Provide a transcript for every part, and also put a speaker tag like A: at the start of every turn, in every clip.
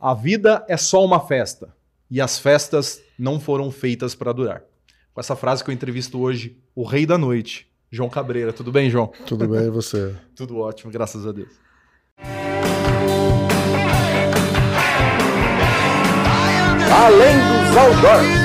A: A vida é só uma festa e as festas não foram feitas para durar. Com essa frase que eu entrevisto hoje, o rei da noite, João Cabreira. Tudo bem, João?
B: Tudo bem, e você?
A: Tudo ótimo, graças a Deus.
C: Além dos outdoors.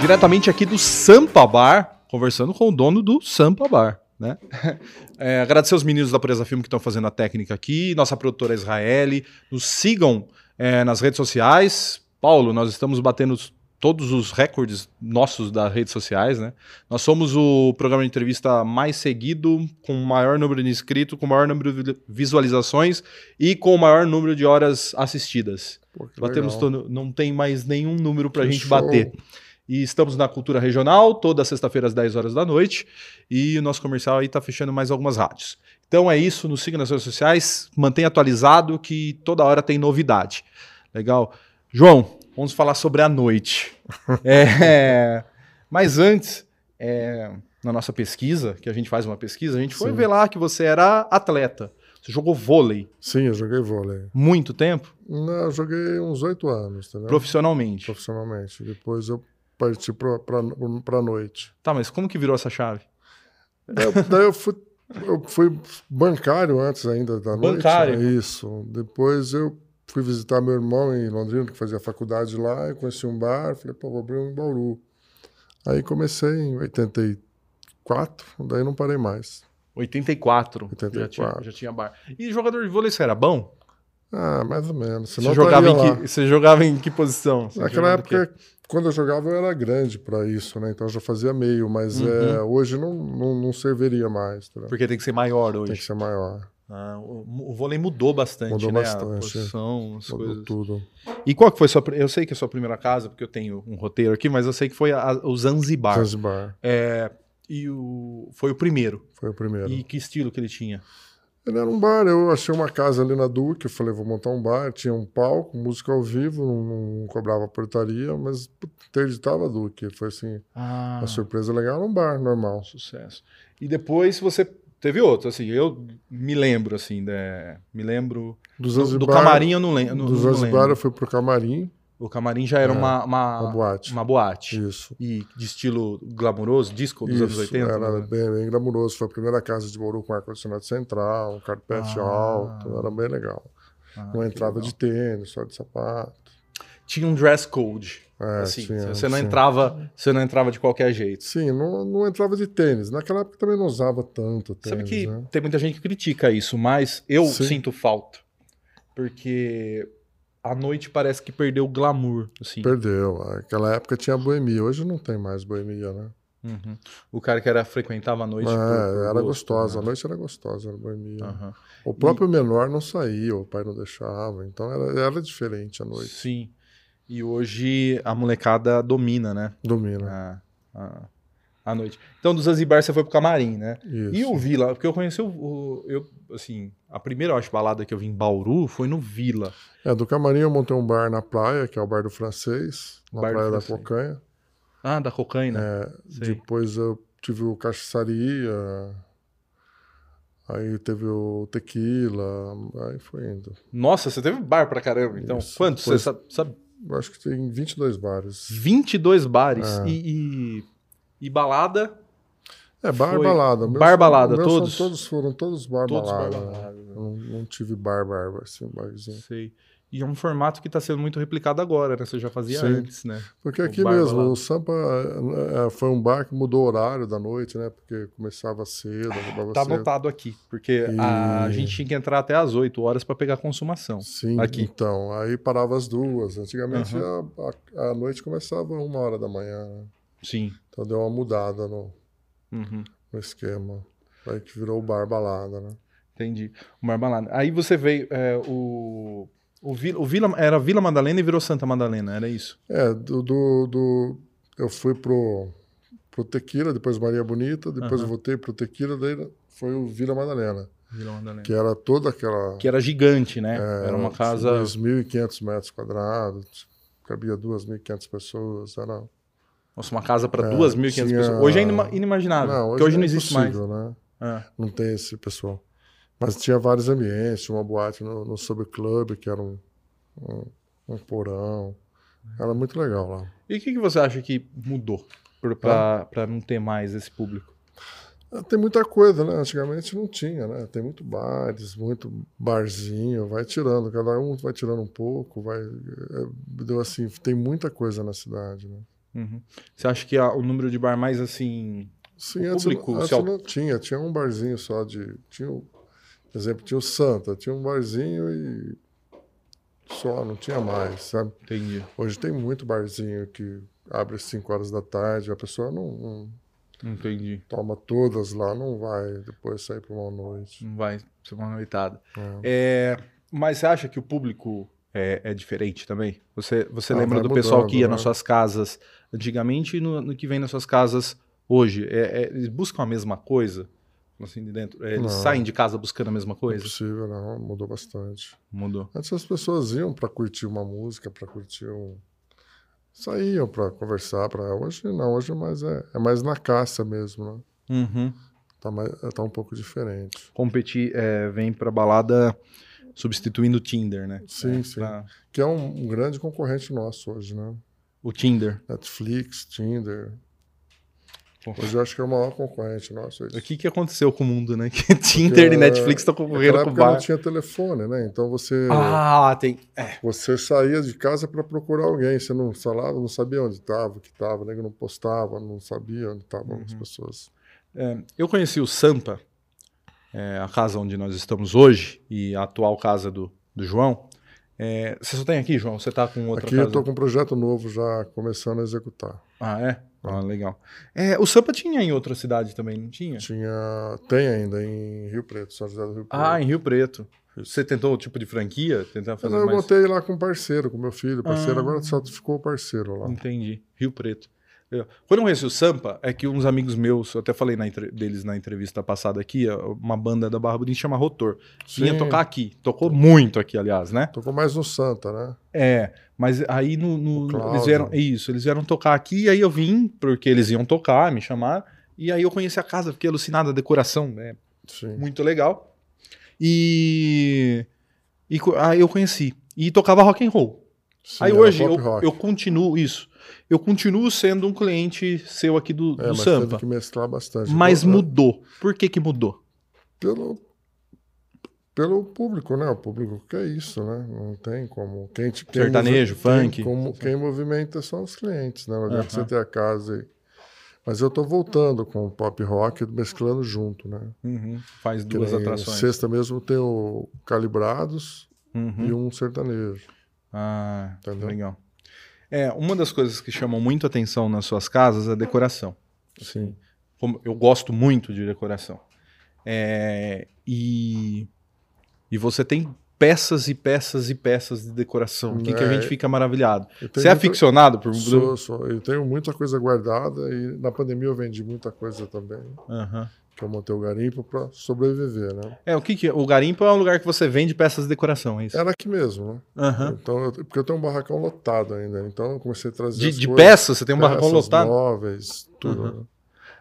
A: Diretamente aqui do Sampa Bar, conversando com o dono do Sampa Bar. Né? É, agradecer aos meninos da Presa Filme que estão fazendo a técnica aqui, nossa produtora Israele. Nos sigam é, nas redes sociais. Paulo, nós estamos batendo todos os recordes nossos das redes sociais, né? Nós somos o programa de entrevista mais seguido, com o maior número de inscritos, com o maior número de visualizações e com o maior número de horas assistidas.
B: Pô, que
A: Batemos
B: legal.
A: todo- não tem mais nenhum número pra
B: Que
A: gente
B: show.
A: bater. E estamos na Cultura Regional, toda sexta-feira às 10 horas da noite. E o nosso comercial aí tá fechando mais algumas rádios. Então é isso, nos siga nas redes sociais, mantenha atualizado que toda hora tem novidade. Legal. João, vamos falar sobre a noite. É, mas antes, é, na nossa pesquisa, que a gente faz uma pesquisa, a gente foi
B: Sim.
A: ver lá que você era atleta. Você jogou vôlei
B: Sim, eu joguei vôlei.
A: muito tempo,
B: Não, eu joguei uns oito anos, entendeu?
A: profissionalmente.
B: Profissionalmente. Depois eu parti pra, pra, pra noite.
A: Tá, mas como que virou essa chave? É.
B: Daí eu- daí eu fui, eu fui bancário antes ainda da noite.
A: Bancário?
B: né? Isso. Depois eu fui visitar meu irmão em Londrina, que fazia faculdade lá. Eu conheci um bar, falei, pô, vou abrir um em Bauru. Aí comecei em 84, daí não parei mais.
A: 84.
B: 84.
A: Já tinha, já tinha bar. E jogador de vôlei, você era bom?
B: Ah, mais ou menos.
A: Você
B: Senão eu
A: jogava,
B: estaria lá.
A: em que, você jogava em que posição? Você
B: Naquela
A: jogava do quê?
B: época, quando eu jogava, eu era grande para isso, né? Então eu já fazia meio, mas
A: Uhum.
B: é, hoje não, não, não serviria mais. tá ligado?
A: Porque tem que ser maior hoje.
B: Tem que ser maior.
A: Ah, o, o vôlei mudou bastante,
B: Mudou
A: né? A
B: bastante, é.
A: posição, as
B: Mudou
A: coisas.
B: tudo.
A: E qual que foi a sua... pri- Eu sei que é a sua primeira casa, porque eu tenho um roteiro aqui, mas eu sei que foi a, a- o Zanzibar.
B: Zanzibar
A: É. E o, foi o primeiro.
B: foi o primeiro.
A: E que estilo que ele tinha?
B: Ele era um bar, eu achei uma casa ali na Duque, eu falei, vou montar um bar, tinha um palco, música ao vivo, não, não cobrava portaria, mas puta, interditava a Duque. Foi assim,
A: Ah,
B: uma surpresa legal, era um bar normal.
A: sucesso. E depois você... Teve outro, assim, eu me lembro, assim, né? me lembro...
B: Do
A: Do,
B: Zanzibar,
A: do camarim eu não, lem eu não,
B: do
A: não lembro.
B: Zanzibar eu fui pro camarim,
A: O camarim já era
B: É,
A: uma, uma,
B: uma boate.
A: uma boate.
B: Isso.
A: E de estilo glamouroso, disco dos anos 80.
B: Era
A: né?
B: bem, bem glamuroso. Foi a primeira casa de Bauru com ar-condicionado central, um carpete
A: Ah.
B: alto, era bem legal.
A: Ah,
B: Uma
A: que
B: entrada
A: legal.
B: de tênis, só de sapato.
A: Tinha um dress code.
B: É,
A: assim,
B: tinha,
A: você, não
B: sim.
A: entrava, você não entrava de qualquer jeito.
B: Sim, não, não entrava de tênis. Naquela época também não usava tanto tênis.
A: Sabe que
B: né?
A: tem muita gente que critica isso, mas eu
B: Sim.
A: sinto falta. Porque a noite parece que perdeu o glamour. Assim.
B: Perdeu. Naquela época tinha boemia. Hoje não tem mais boemia, né?
A: Uhum. O cara que era, frequentava a noite.
B: Mas
A: por- por
B: É, era
A: gosto,
B: gostosa. A
A: né? Ah.
B: noite era gostosa, era boemia.
A: Aham.
B: O próprio menor não saía, o pai não deixava. Então era, era diferente a noite.
A: Sim. E hoje a molecada domina, né?
B: Domina.
A: a, a, a ah, noite. Então, do Zanzibar você foi pro camarim, né?
B: Isso.
A: E o Vila, porque eu conheci o, o- eu, assim, a primeira, eu acho, balada que eu vim em Bauru foi no Vila.
B: É, do camarim eu montei um bar na praia, que é o Bar do Francês, na
A: Bar do
B: Praia da
A: Francês.
B: Cocanha.
A: Ah, da cocaína.
B: É,
A: Sei.
B: depois eu tive o Cachaçaria, aí teve o Tequila, aí foi indo.
A: Nossa, você teve bar pra caramba. Então,
B: Isso.
A: quantos? Você
B: Pois-
A: sabe, sabe?
B: Eu acho que tem 22 bares.
A: 22 bares
B: É.
A: e, e, e balada,
B: É, bar
A: Foi.
B: balada. Meus-
A: Bar balada,
B: meus são-
A: todos?
B: todos foram, todos bar
A: todos bar
B: balada. né?
A: balada.
B: Eu não, não tive bar, bar, assim, barzinho.
A: Sei. E é um formato que tá sendo muito replicado agora, né? Você já fazia
B: Sim.
A: antes, né?
B: Porque
A: O
B: aqui
A: bar
B: mesmo,
A: balada.
B: o Sampa eh, eh, foi um bar que mudou o horário da noite, né? Porque começava cedo, acabava
A: Tá
B: cedo.
A: anotado aqui, porque a,
B: E-
A: gente tinha que entrar até às 8 horas pra pegar a consumação.
B: Sim,
A: Aqui.
B: então, aí parava as duas. Antigamente a, a- a noite começava uma hora da manhã, né?
A: Sim.
B: então deu uma mudada no,
A: Uhum.
B: no esquema. Aí que virou o bar balada, né?
A: Entendi. Uma balada. Aí você veio. é, o, o, Vila, o Vila- Era Vila Madalena e virou Santa Madalena, era isso?
B: É, do. do, do- eu fui pro, pro Tequila, depois Maria Bonita, depois
A: Aham.
B: eu voltei pro Tequila, daí foi o Vila Madalena,
A: Vila Madalena.
B: que era toda aquela...
A: Que era gigante, né?
B: é,
A: era uma casa.
B: 2.500 metros quadrados, cabia 2.500 pessoas, era...
A: Nossa, uma casa para
B: É,
A: 2.500
B: tinha-
A: pessoas. Hoje é inima- inimaginável. porque hoje não
B: é
A: existe
B: impossível, Né?
A: mais. É.
B: Não tem esse pessoal. Mas tinha vários ambientes, uma boate no, no subclub, que era um, um, um porão. Era muito legal lá.
A: E o que, que você acha que mudou para não ter mais esse público?
B: Ah, Tem muita coisa, né? Antigamente não tinha, né? Tem muito bares, muito barzinho, vai tirando, cada um vai tirando um pouco, vai. é, Deu assim, tem muita coisa na cidade, né?
A: Uhum. Você acha que a- o número de bar mais assim.
B: Sim,
A: O
B: antes,
A: público,
B: antes
A: se al-
B: não tinha, tinha um barzinho só de. Tinha, o- por exemplo, tinha o Santa, tinha um barzinho e só, não tinha mais, sabe?
A: Entendi.
B: Hoje tem muito barzinho que abre às 5 horas da tarde, a pessoa não, não
A: Entendi.
B: toma todas lá, não vai depois sair para uma noite. é
A: Não vai ser uma noitada.
B: né?
A: É, mas você acha que o público é, é diferente também? Você, você
B: Ah,
A: lembra
B: vai
A: do pessoal
B: mudando,
A: que ia
B: né?
A: nas suas casas antigamente e no, no que vem nas suas casas hoje? É- é, eles buscam a mesma coisa? Assim, de dentro? É, eles
B: Não.
A: saem de casa buscando a mesma
B: Não é
A: coisa?
B: possível, não, mudou bastante.
A: Mudou.
B: Antes as pessoas iam para curtir uma música, para curtir um. Saíam para conversar, para hoje não, hoje é mais é, é mais na caça mesmo, né?
A: Uhum.
B: Tá, mais, tá um pouco diferente.
A: Competir é, vem pra balada substituindo o Tinder, né?
B: Sim,
A: É,
B: sim.
A: pra-
B: Que é um, um grande concorrente nosso hoje, né?
A: o Tinder.
B: Netflix, Tinder.
A: Pô.
B: Hoje eu acho que é o maior concorrente nosso. isso.
A: O que, que aconteceu com o mundo, né? Que Tinder e
B: é-
A: Netflix estão
B: Naquela
A: concorrendo com o
B: época não
A: bar.
B: tinha telefone, né? Então você,
A: Ah, tem. É.
B: você saía de casa para procurar alguém. Você não falava, não sabia onde estava, o que estava, nego não postava, não sabia onde estavam
A: Uhum.
B: as pessoas.
A: É, Eu conheci o Sampa, é, a casa onde nós estamos hoje e a atual casa do, do João. É, você só tem aqui, João? Você tá com outra
B: Aqui
A: casa?
B: eu tô com um projeto novo já começando a executar.
A: Ah, é? Ah, legal. É, o Sampa tinha em outra cidade também, não tinha?
B: Tinha, tem ainda em Rio Preto, São José do Rio Preto.
A: Ah, em Rio Preto. Você tentou o tipo de franquia? Tentar fazer
B: Não, eu
A: mais...
B: montei lá com um parceiro, com meu filho, parceiro.
A: Ah.
B: Agora só ficou o parceiro lá.
A: Entendi. Rio Preto. Eu- Quando eu conheci o Sampa, é que uns amigos meus, eu até falei na entre- deles na entrevista passada aqui, ó, uma banda da Barra Bonita chama Rotor. Vinha
B: Sim,
A: tocar aqui. Tocou muito aqui, aliás, né?
B: Tocou mais no Santa, né?
A: É, mas aí no, no- no-
B: O
A: eles
B: Cláudio.
A: vieram. Isso, eles vieram tocar aqui, e aí eu vim, porque eles iam tocar, me chamaram. E aí eu conheci a casa, fiquei alucinado, a decoração, né?
B: Sim.
A: Muito legal. E, e co- aí eu conheci. E tocava rock and roll.
B: Sim,
A: Aí
B: era
A: hoje
B: pop
A: eu,
B: rock.
A: eu continuo isso. Eu continuo sendo um cliente seu aqui do,
B: É,
A: do
B: mas
A: Sampa.
B: teve que mestrar bastante.
A: Mas
B: Eu- eu-
A: mudou. Por que que mudou?
B: pelo, pelo público, né? O público que é isso, né? Não tem como. Quem, te- quem
A: Sertanejo,
B: quem-
A: funk.
B: como- quem movimenta são os clientes, né? Não adianta
A: Aham.
B: você ter a casa aí. Mas eu tô voltando com o pop rock, mesclando junto, né?
A: Faz
B: Que
A: duas
B: nem
A: atrações.
B: Sexta mesmo tem o Calibrados
A: Uhum.
B: e um sertanejo.
A: Ah,
B: Entendeu?
A: legal. É, uma das coisas que chamam muito atenção nas suas casas é a decoração.
B: Sim.
A: Como eu gosto muito de decoração. É, e, e você tem peças e peças e peças de decoração. Aqui que a
B: É.
A: gente fica maravilhado. Você é aficionado por...
B: Sou, sou. Eu tenho muita coisa guardada e na pandemia eu vendi muita coisa também.
A: Aham.
B: Que eu montei o garimpo para sobreviver, né?
A: É, o que que é? O garimpo é um lugar que você vende peças de decoração, é isso?
B: Era aqui mesmo, né?
A: Aham.
B: Então, eu- porque eu tenho um barracão lotado ainda, então eu comecei a trazer
A: De,
B: as
A: de
B: coisas,
A: peças? Você tem um barracão
B: peças,
A: lotado?
B: móveis, tudo.
A: Uhum.
B: né?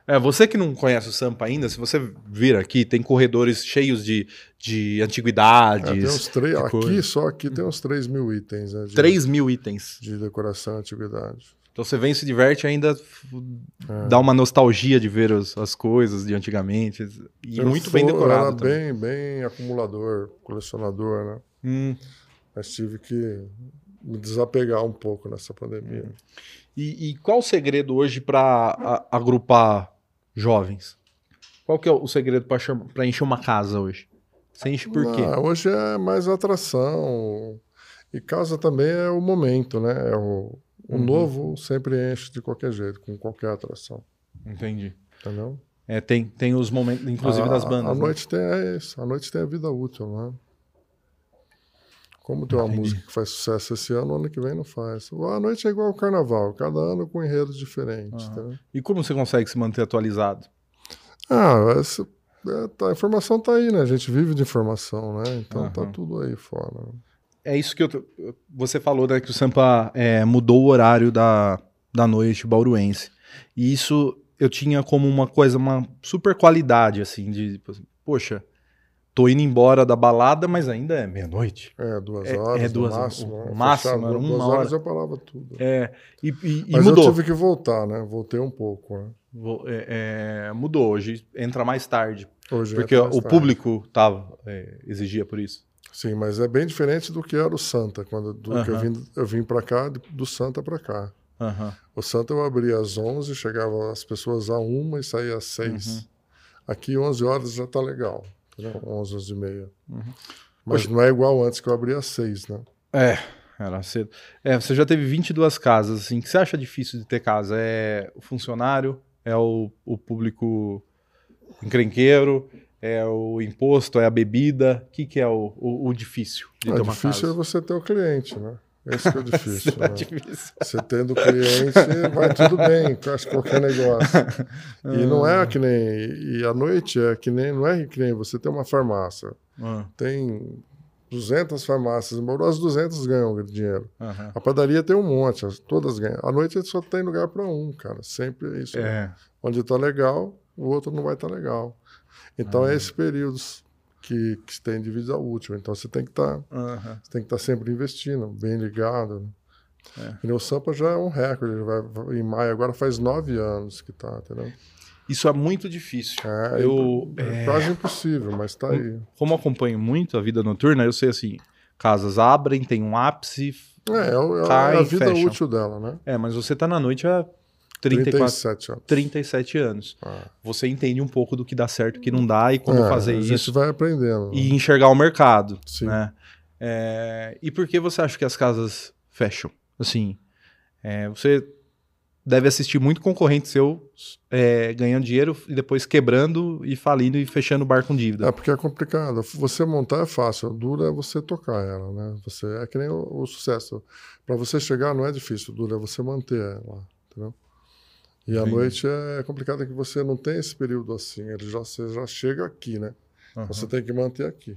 A: É, você que não conhece o Sampa ainda, se você vir aqui, tem corredores cheios de, de
B: É, tem
A: antiguidades.
B: uns três,
A: que
B: aqui
A: coisa.
B: só aqui tem uns 3 mil itens né, de,
A: 3 mil itens.
B: de decoração e antiguidade.
A: Então você vem, se diverte ainda f-
B: É.
A: dá uma nostalgia de ver as, as coisas de antigamente. E
B: Eu
A: muito
B: sou-
A: bem
B: Eu era
A: decorado também.
B: bem, bem acumulador, colecionador, né?
A: Hum.
B: Mas tive que me desapegar um pouco nessa pandemia.
A: Hum. E, e qual o segredo hoje para agrupar jovens? Qual que é o segredo para encher uma casa hoje? Você enche por quê?
B: Ah, hoje é mais atração. E casa também é o momento, né? É o, o
A: Uhum.
B: novo sempre enche de qualquer jeito, com qualquer atração.
A: Entendi.
B: Entendeu?
A: É, tem, tem os momentos, inclusive
B: A-
A: das bandas.
B: A
A: né?
B: noite tem é isso, a noite tem a vida útil, né? Como tem uma
A: Entendi.
B: música que faz sucesso esse ano, ano que vem não faz. A noite é igual ao carnaval, cada ano com enredos diferentes.
A: Aham.
B: entendeu?
A: E como você consegue se manter atualizado?
B: Ah, essa, é, tá, a informação tá aí, né? A gente vive de informação, né? Então tá
A: Aham.
B: tudo aí fora.
A: É isso que eu tô- você falou, né? Que o Sampa é, mudou o horário da, da noite bauruense. E isso eu tinha como uma coisa, uma super qualidade, assim, de, tipo assim, poxa, tô indo embora da balada, mas ainda é meia-noite.
B: É, duas
A: É-
B: horas,
A: é
B: no
A: duas-
B: máximo.
A: o
B: né?
A: máximo
B: Fechado,
A: era
B: duas
A: uma
B: horas eu parava tudo.
A: É, e, e- e
B: Mas
A: mudou.
B: eu tive que voltar, né? Voltei um pouco, né?
A: Vo- é, é, mudou hoje, entra mais tá tarde.
B: Hoje
A: Porque
B: entra
A: o
B: mais tarde.
A: público tava, é, exigia por isso.
B: Sim, mas é bem diferente do que era o Santa, quando do que eu
A: Aham.
B: vim, eu vim para cá, de- do Santa para cá.
A: Aham.
B: O Santa eu abria às 11, chegava as pessoas a uma e saía às 6.
A: Uhum.
B: Aqui 11 horas já tá legal, né? 11, 11 e meia.
A: Uhum.
B: Mas não é igual antes que eu abria às 6, né?
A: É, era cedo. É, você já teve 22 casas, assim, o que você acha difícil de ter casa? É o funcionário, é o, o público encrenqueiro, é o imposto, é a bebida, o que que é o, o- o difícil de
B: Ah,
A: ter uma
B: difícil é
A: casa?
B: você ter o cliente, né? Esse que é o difícil.
A: É
B: né?
A: difícil.
B: Você tendo cliente, vai tudo bem, quase qualquer negócio. E não
A: Ah.
B: é que nem. E à noite é que nem. Não é que nem você tem uma farmácia.
A: Ah,
B: Tem 200 farmácias. Embora as 200 ganham dinheiro.
A: aham.
B: A padaria tem um monte, as- todas ganham. À noite só tem lugar para um, cara. Sempre é isso. né?
A: É,
B: Onde tá legal, o outro não vai estar legal. Então
A: Ah.
B: é esse período que, que se tem de vida útil. Então você tem que estar.
A: aham.
B: Você tem que estar sempre investindo, bem ligado.
A: É.
B: Né? E O Sampa já é um recorde, ele vai- vai em maio agora faz nove anos que tá, entendeu?
A: Isso é muito difícil.
B: É,
A: Eu,
B: é
A: é,
B: quase impossível, mas tá aí.
A: como acompanho muito a vida noturna, eu sei assim, casas abrem, tem um ápice.
B: É, é, o- é
A: Cai
B: a
A: e
B: vida
A: fecha.
B: útil dela, né?
A: É, mas você tá na noite há 34,
B: 37 anos.
A: 37 anos.
B: Ah.
A: Você entende um pouco do que dá certo e o que não dá e como
B: É,
A: fazer
B: a gente
A: isso
B: vai aprendendo. né?
A: e enxergar o mercado,
B: Sim.
A: né? É, e por que você acha que as casas fecham? Assim, é, você deve assistir muito concorrente seu é, ganhando dinheiro e depois quebrando e falindo e fechando o bar com dívida.
B: É porque é complicado. Você montar é fácil, dura é você tocar ela, né? Você é que nem o, o sucesso. Para você chegar não é difícil, dura é você manter ela, entendeu? E à
A: Entendi.
B: noite é complicado que você não tem esse período assim. Ele já você já chega aqui, né?
A: Aham,
B: Você tem que manter aqui,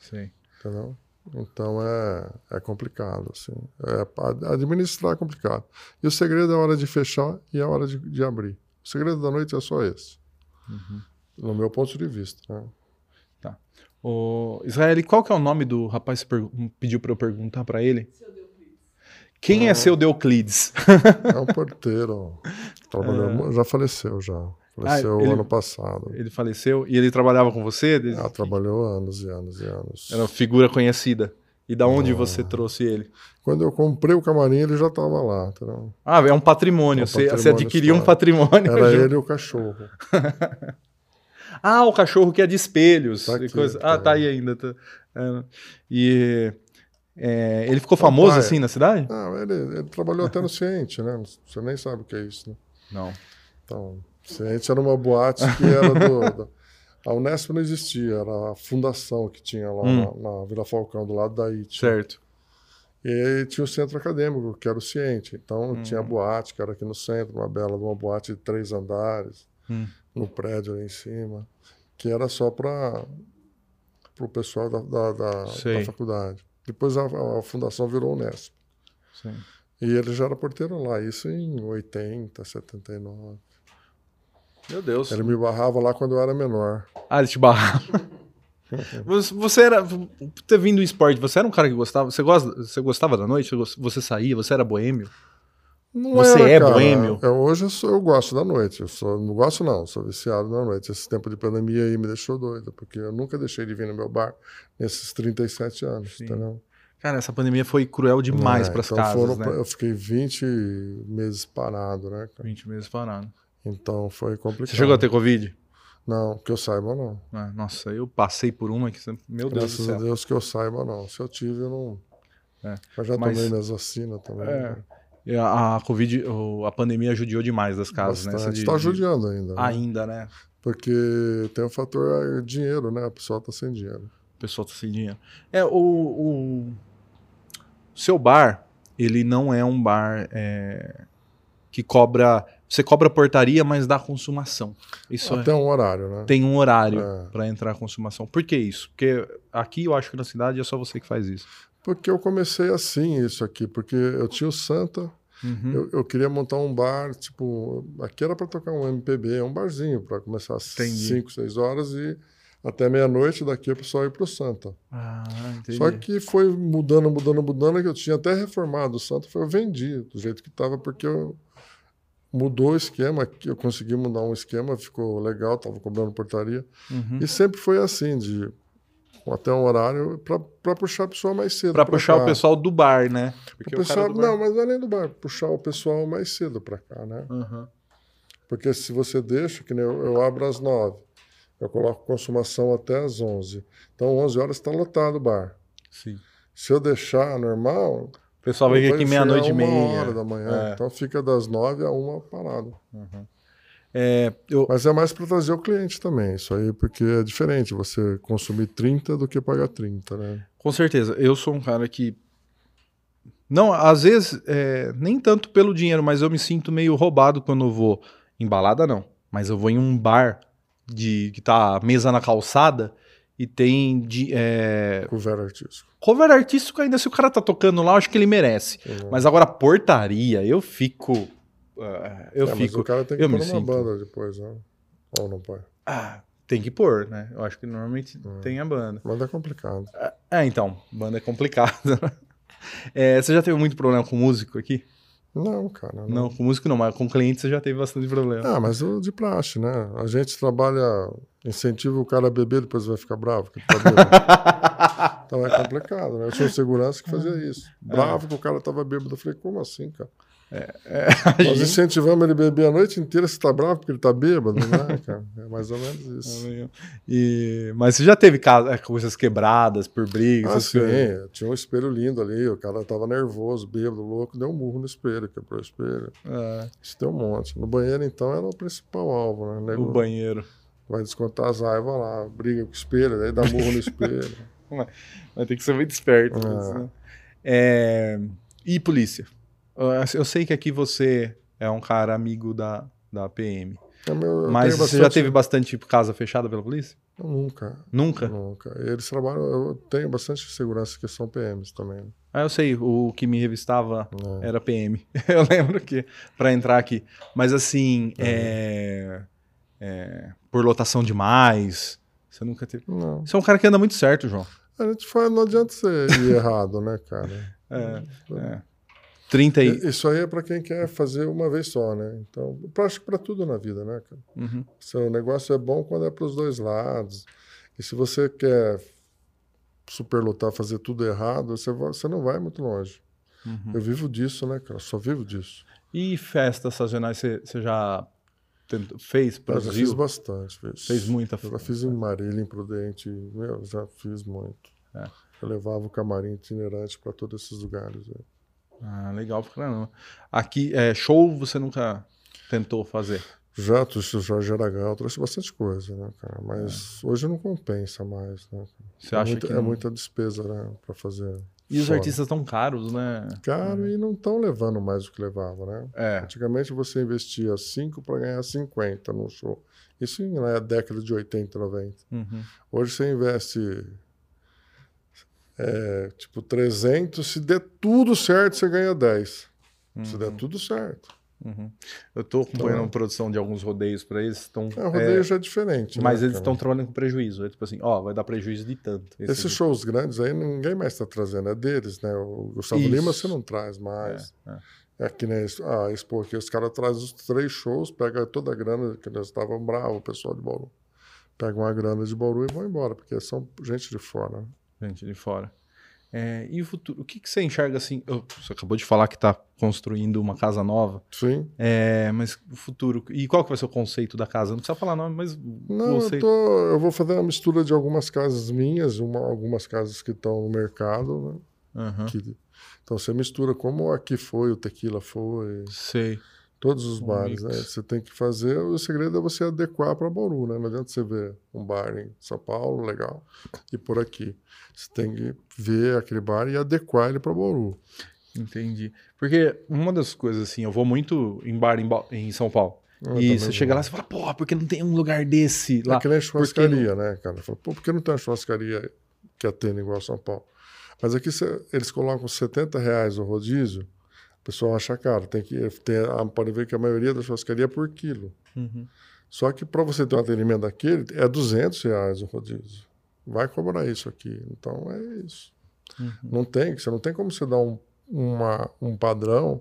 A: sei.
B: entendeu? Então é é complicado assim. É, pa- administrar é complicado. E o segredo é a hora de fechar e a hora de, de abrir. O segredo da noite é só esse,
A: Uhum.
B: no meu ponto de vista. Né?
A: Ô, Israel, e qual que é o nome do rapaz que per- pediu para eu perguntar para ele? Quem
B: Ah.
A: é seu Deuclides?
B: É um porteiro. Trabalhou, mu- Já faleceu, já. Faleceu
A: É. Ah, ele-
B: ano passado.
A: ele faleceu e ele trabalhava com você? Ele-
B: Ela trabalhou anos e anos e anos.
A: Era uma figura conhecida. E da
B: Ah.
A: onde você trouxe ele?
B: Quando eu comprei o camarim, ele já estava lá. entendeu?
A: Ah, é um patrimônio.
B: É um
A: você, você
B: patrimônio
A: adquiriu um
B: histórico.
A: patrimônio.
B: Era
A: junto.
B: ele e o cachorro.
A: Ah, o cachorro que é de espelhos.
B: Tá
A: e
B: aqui,
A: coisa-
B: tá
A: ah, tá aí ainda. tá- é. E é, ele ficou famoso
B: um pai.
A: assim na cidade?
B: Não, Ah, ele, ele trabalhou até no Ciente, né? Você nem sabe o que é isso, né?
A: Não.
B: Então, Ciente era uma boate que era do... do- a Unesp não existia, era a fundação que tinha lá
A: Hum.
B: na, na Vila Falcão, do lado da IT.
A: Certo.
B: E aí tinha o centro acadêmico, que era o Ciente. Então
A: Hum.
B: tinha a boate, que era aqui no centro, uma bela uma boate de três andares,
A: Hum.
B: no prédio ali em cima, que era só para o pessoal da, da, da-
A: Sei.
B: da faculdade. Depois a, a fundação virou Unesp.
A: Sim.
B: E ele já era porteiro lá, isso em 80, 79.
A: Meu Deus.
B: Ele me barrava lá quando eu era menor.
A: Ah, ele te barrava. Você você era. por Ter vindo do esporte, você era um cara que gostava. Você, gosta, você gostava da noite? Você gost- Você saía? Você era boêmio?
B: Não
A: Você é
B: cara.
A: boêmio?
B: Eu- hoje eu, sou- eu gosto da noite. Eu sou, não gosto, não. Sou viciado na noite. Esse tempo de pandemia aí me deixou doido, porque eu nunca deixei de vir no meu bar nesses 37 anos,
A: Sim.
B: entendeu?
A: Cara, essa pandemia foi cruel demais
B: É,
A: para as
B: então
A: casas,
B: foram
A: né?
B: pra- Eu fiquei 20 meses parado, né, cara?
A: 20 meses parado.
B: Então foi complicado.
A: Você chegou a ter Covid?
B: Não, que eu saiba, não.
A: Ah, Nossa, eu passei por uma que. você- Meu Deus do
B: Graças a
A: céu.
B: Deus que eu saiba, não. Se eu tive, eu não.
A: É,
B: Mas já
A: mas-
B: tomei minhas vacinas também.
A: É.
B: É,
A: E A, a Covid, o- a pandemia judiou demais das casas, né? Essa de-
B: tá
A: de-
B: judiando ainda. né?
A: Ainda, né?
B: ah, Porque tem o fator é, dinheiro, né? A pessoa tá sem dinheiro.
A: pessoa tá sem dinheiro. É, o, o seu bar, ele não é um bar é, que cobra. Você cobra portaria, mas dá consumação. Isso é-
B: Até um horário, né?
A: tem um horário
B: É.
A: pra entrar a consumação. Por que isso? Porque aqui eu acho que na cidade é só você que faz isso.
B: Porque eu comecei assim, isso aqui. Porque eu tinha o Santa,
A: Uhum.
B: eu, eu queria montar um bar, tipo, aqui era para tocar um MPB, é um barzinho, para começar às
A: Entendi.
B: 5, 6 horas e até meia-noite daqui o pessoal ir pro Santa.
A: Ah, entendi.
B: Só que foi mudando, mudando, mudando, que eu tinha até reformado o Santa, foi eu vendi do jeito que estava, porque eu mudou o esquema, que eu consegui mudar um esquema, ficou legal, estava cobrando portaria.
A: Uhum.
B: E sempre foi assim, de até um horário, para puxar a pessoa mais cedo.
A: Pra puxar
B: cá.
A: o pessoal do bar, né? Porque
B: O pessoal,
A: do bar-
B: não, mas além do bar, puxar o pessoal mais cedo para cá, né?
A: Uhum.
B: Porque se você deixa, que nem eu, eu abro às nove, eu coloco consumação até às onze. Então, onze horas está lotado o bar.
A: Sim.
B: Se eu deixar normal,
A: O pessoal vai vir
B: Depois
A: aqui
B: foi
A: meia-noite e
B: uma
A: meia.
B: hora da manhã.
A: É. Uhum.
B: Então fica das nove a uma parado.
A: É, eu,
B: Mas é mais para trazer o cliente também, isso aí, porque é diferente você consumir 30 do que pagar 30, né?
A: Com certeza. Eu sou um cara que. Não, às vezes, é, nem tanto pelo dinheiro, mas eu me sinto meio roubado quando eu vou em balada, não. Mas eu vou em um bar de que tá mesa na calçada e tem de, é,
B: Com o velho artístico.
A: cover artístico ainda. Se o cara tá tocando lá, eu acho que ele merece.
B: Uhum.
A: Mas agora, portaria, eu fico. ah, eu
B: É, mas
A: fico.
B: o cara tem
A: eu
B: que
A: me
B: pôr uma
A: sinto.
B: banda depois, né? Ou não pode.
A: Ah, tem que pôr, né? Eu acho que normalmente tem a banda.
B: Banda é complicado.
A: É, então, banda é complicada. É, você já teve muito problema com músico aqui?
B: Não, cara.
A: Não, com músico não, mas com cliente você já teve bastante problema.
B: Ah, mas o de praxe, né? A gente trabalha, incentiva o cara a beber, depois vai ficar bravo. que ele tá bêbado. então é complicado, né? Eu tinha um segurança que fazia isso.
A: É.
B: Bravo que o cara tava bêbado. Eu falei, como assim, cara?
A: É, A
B: Nós
A: gente-
B: incentivamos ele a beber a noite inteira, você tá bravo porque ele tá bêbado, né, cara? É mais ou menos isso.
A: E- mas você já teve ca- é, coisas quebradas por brigas?
B: Ah,
A: essas
B: sim,
A: coisas?
B: tinha um espelho lindo ali, o cara tava nervoso, bêbado, louco, deu um murro no espelho, quebrou o espelho.
A: É,
B: Isso tem um monte. No banheiro, então, era o principal alvo, né? O
A: o
B: nego
A: banheiro.
B: Vai descontar as raivas lá, briga com o espelho, daí dá murro no espelho.
A: Mas tem que ser muito esperto.
B: Ah.
A: nisso, né? É, e polícia? Ah, Eu sei que aqui você é um cara amigo da, da PM.
B: É, meu, eu
A: Mas
B: tenho
A: você já
B: bastante-
A: teve bastante tipo, casa fechada pela polícia?
B: Eu Nunca,
A: Nunca?
B: nunca. Eles trabalham, eu tenho bastante segurança que são PMs também.
A: Ah, eu sei, o que me revistava
B: né?
A: era PM. Eu lembro que, pra entrar aqui. Mas assim, é, é, por lotação demais, você nunca teve.
B: Não.
A: Você é um cara que anda muito certo, João.
B: A gente fala, não adianta você ir errado, né, cara?
A: É,
B: Uhum.
A: é. 30 e.
B: I- Isso aí é para quem quer fazer uma vez só, né? Então, eu acho que para tudo na vida, né, cara?
A: Uhum.
B: Seu negócio é bom quando é para os dois lados. E se você quer superlotar, fazer tudo errado, você, va- você não vai muito longe.
A: Uhum.
B: Eu vivo disso, né, cara? Só vivo disso.
A: E festas sazonais você você já tentou- fez,
B: Eu já fiz
A: produziu?
B: bastante vezes.
A: Fez muita
B: Eu já fiz em Marília, em Prudente. Meu, já fiz muito.
A: É.
B: Eu levava o camarim itinerante para todos esses lugares. né?
A: Ah, legal pra caramba. Aqui, é, show você nunca tentou fazer?
B: Já trouxe o Jorge Aragão, trouxe bastante coisa, né, cara? Mas hoje não compensa mais, né?
A: É. Você
B: é
A: acha
B: muita,
A: que.
B: é
A: não-
B: muita despesa, né, para fazer.
A: E os
B: fora.
A: artistas tão caros, né?
B: Caro e não estão levando mais do que levava, né?
A: É.
B: Antigamente você investia 5 para ganhar 50 num show. Isso na década de 80, 90.
A: Uhum.
B: Hoje você investe é, tipo 300, se der tudo certo você ganha 10. Se der tudo certo.
A: Uhum. Eu tô acompanhando a produção de alguns rodeios pra eles, estão.
B: Então, É, o rodeio já é diferente. né,
A: mas eles
B: cara?
A: estão trabalhando com prejuízo. É tipo assim, ó, vai dar prejuízo de tanto. esse
B: Esses
A: aqui.
B: shows grandes aí ninguém mais está trazendo, é deles, né? O Gustavo
A: Isso.
B: Lima você não traz mais.
A: É, é.
B: É, que nem a Expo aqui, os caras trazem os três shows, pega toda a grana, que nós estavam bravos, o pessoal de Bauru. Pega uma grana de Bauru e vão embora, porque são gente de fora. né?
A: Gente de fora. É, e o futuro? O que, que você enxerga assim? Oh, você acabou de falar que tá construindo uma casa nova.
B: Sim.
A: É, mas o futuro. E qual que vai ser o conceito da casa? Não precisa falar nome, mas. o
B: Não, eu,
A: conceito.
B: tô- eu vou fazer uma mistura de algumas casas minhas, uma- algumas casas que estão no mercado. Né?
A: Aham,
B: que- então você mistura como aqui foi, o Tequila foi,
A: Sei.
B: Todos os bares, né? Você tem que fazer, o segredo é você adequar para Bauru, né? Não adianta você ver um bar em São Paulo, legal, e por aqui. Você tem que ver aquele bar e adequar ele para Bauru.
A: Entendi. Porque uma das coisas, assim, eu vou muito em bar em, Ba- em São Paulo.
B: Eu
A: e
B: também
A: você
B: vou.
A: chega lá e fala, porra, por que não tem um lugar desse lá?
B: É que nem churrascaria, né, cara? Fala, Pô, por que não tem uma churrascaria que atende igual a São Paulo? Mas aqui cê- eles colocam 70 reais o rodízio, o pessoal acha caro. Tem que, tem, a- pode ver que a maioria da churrascaria é por quilo.
A: Uhum.
B: Só que para você ter um atendimento daquele, é 200 reais o rodízio. Vai cobrar isso aqui. Então é isso.
A: Uhum.
B: Não tem, você não tem como você dar um, uma- um padrão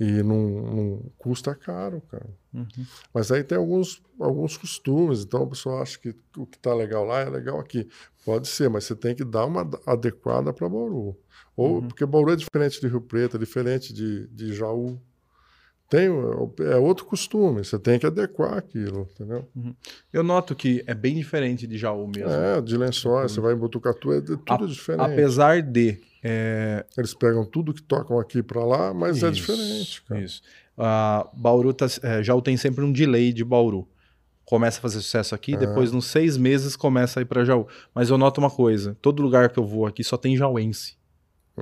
B: e não, não custa caro, cara.
A: Uhum.
B: Mas aí tem alguns, alguns costumes, então a pessoa acha que o que está legal lá é legal aqui. Pode ser, mas você tem que dar uma adequada para Bauru. Ou,
A: Uhum.
B: Porque Bauru é diferente de Rio Preto, é diferente de, de Jaú. Tem, é outro costume, você tem que adequar aquilo, entendeu?
A: Eu noto que é bem diferente de Jaú mesmo.
B: É, de lençóis, você vai em Botucatu, é de- tudo
A: A-
B: diferente.
A: Apesar de. é,
B: Eles pegam tudo que tocam aqui para lá, mas é
A: isso,
B: diferente, cara.
A: Isso. Ah, Bauru tá, é, Jaú tem sempre um delay de Bauru. Começa a fazer sucesso aqui, depois, nos seis meses, começa a ir pra Jaú. Mas eu noto uma coisa: todo lugar que eu vou aqui só tem jauense.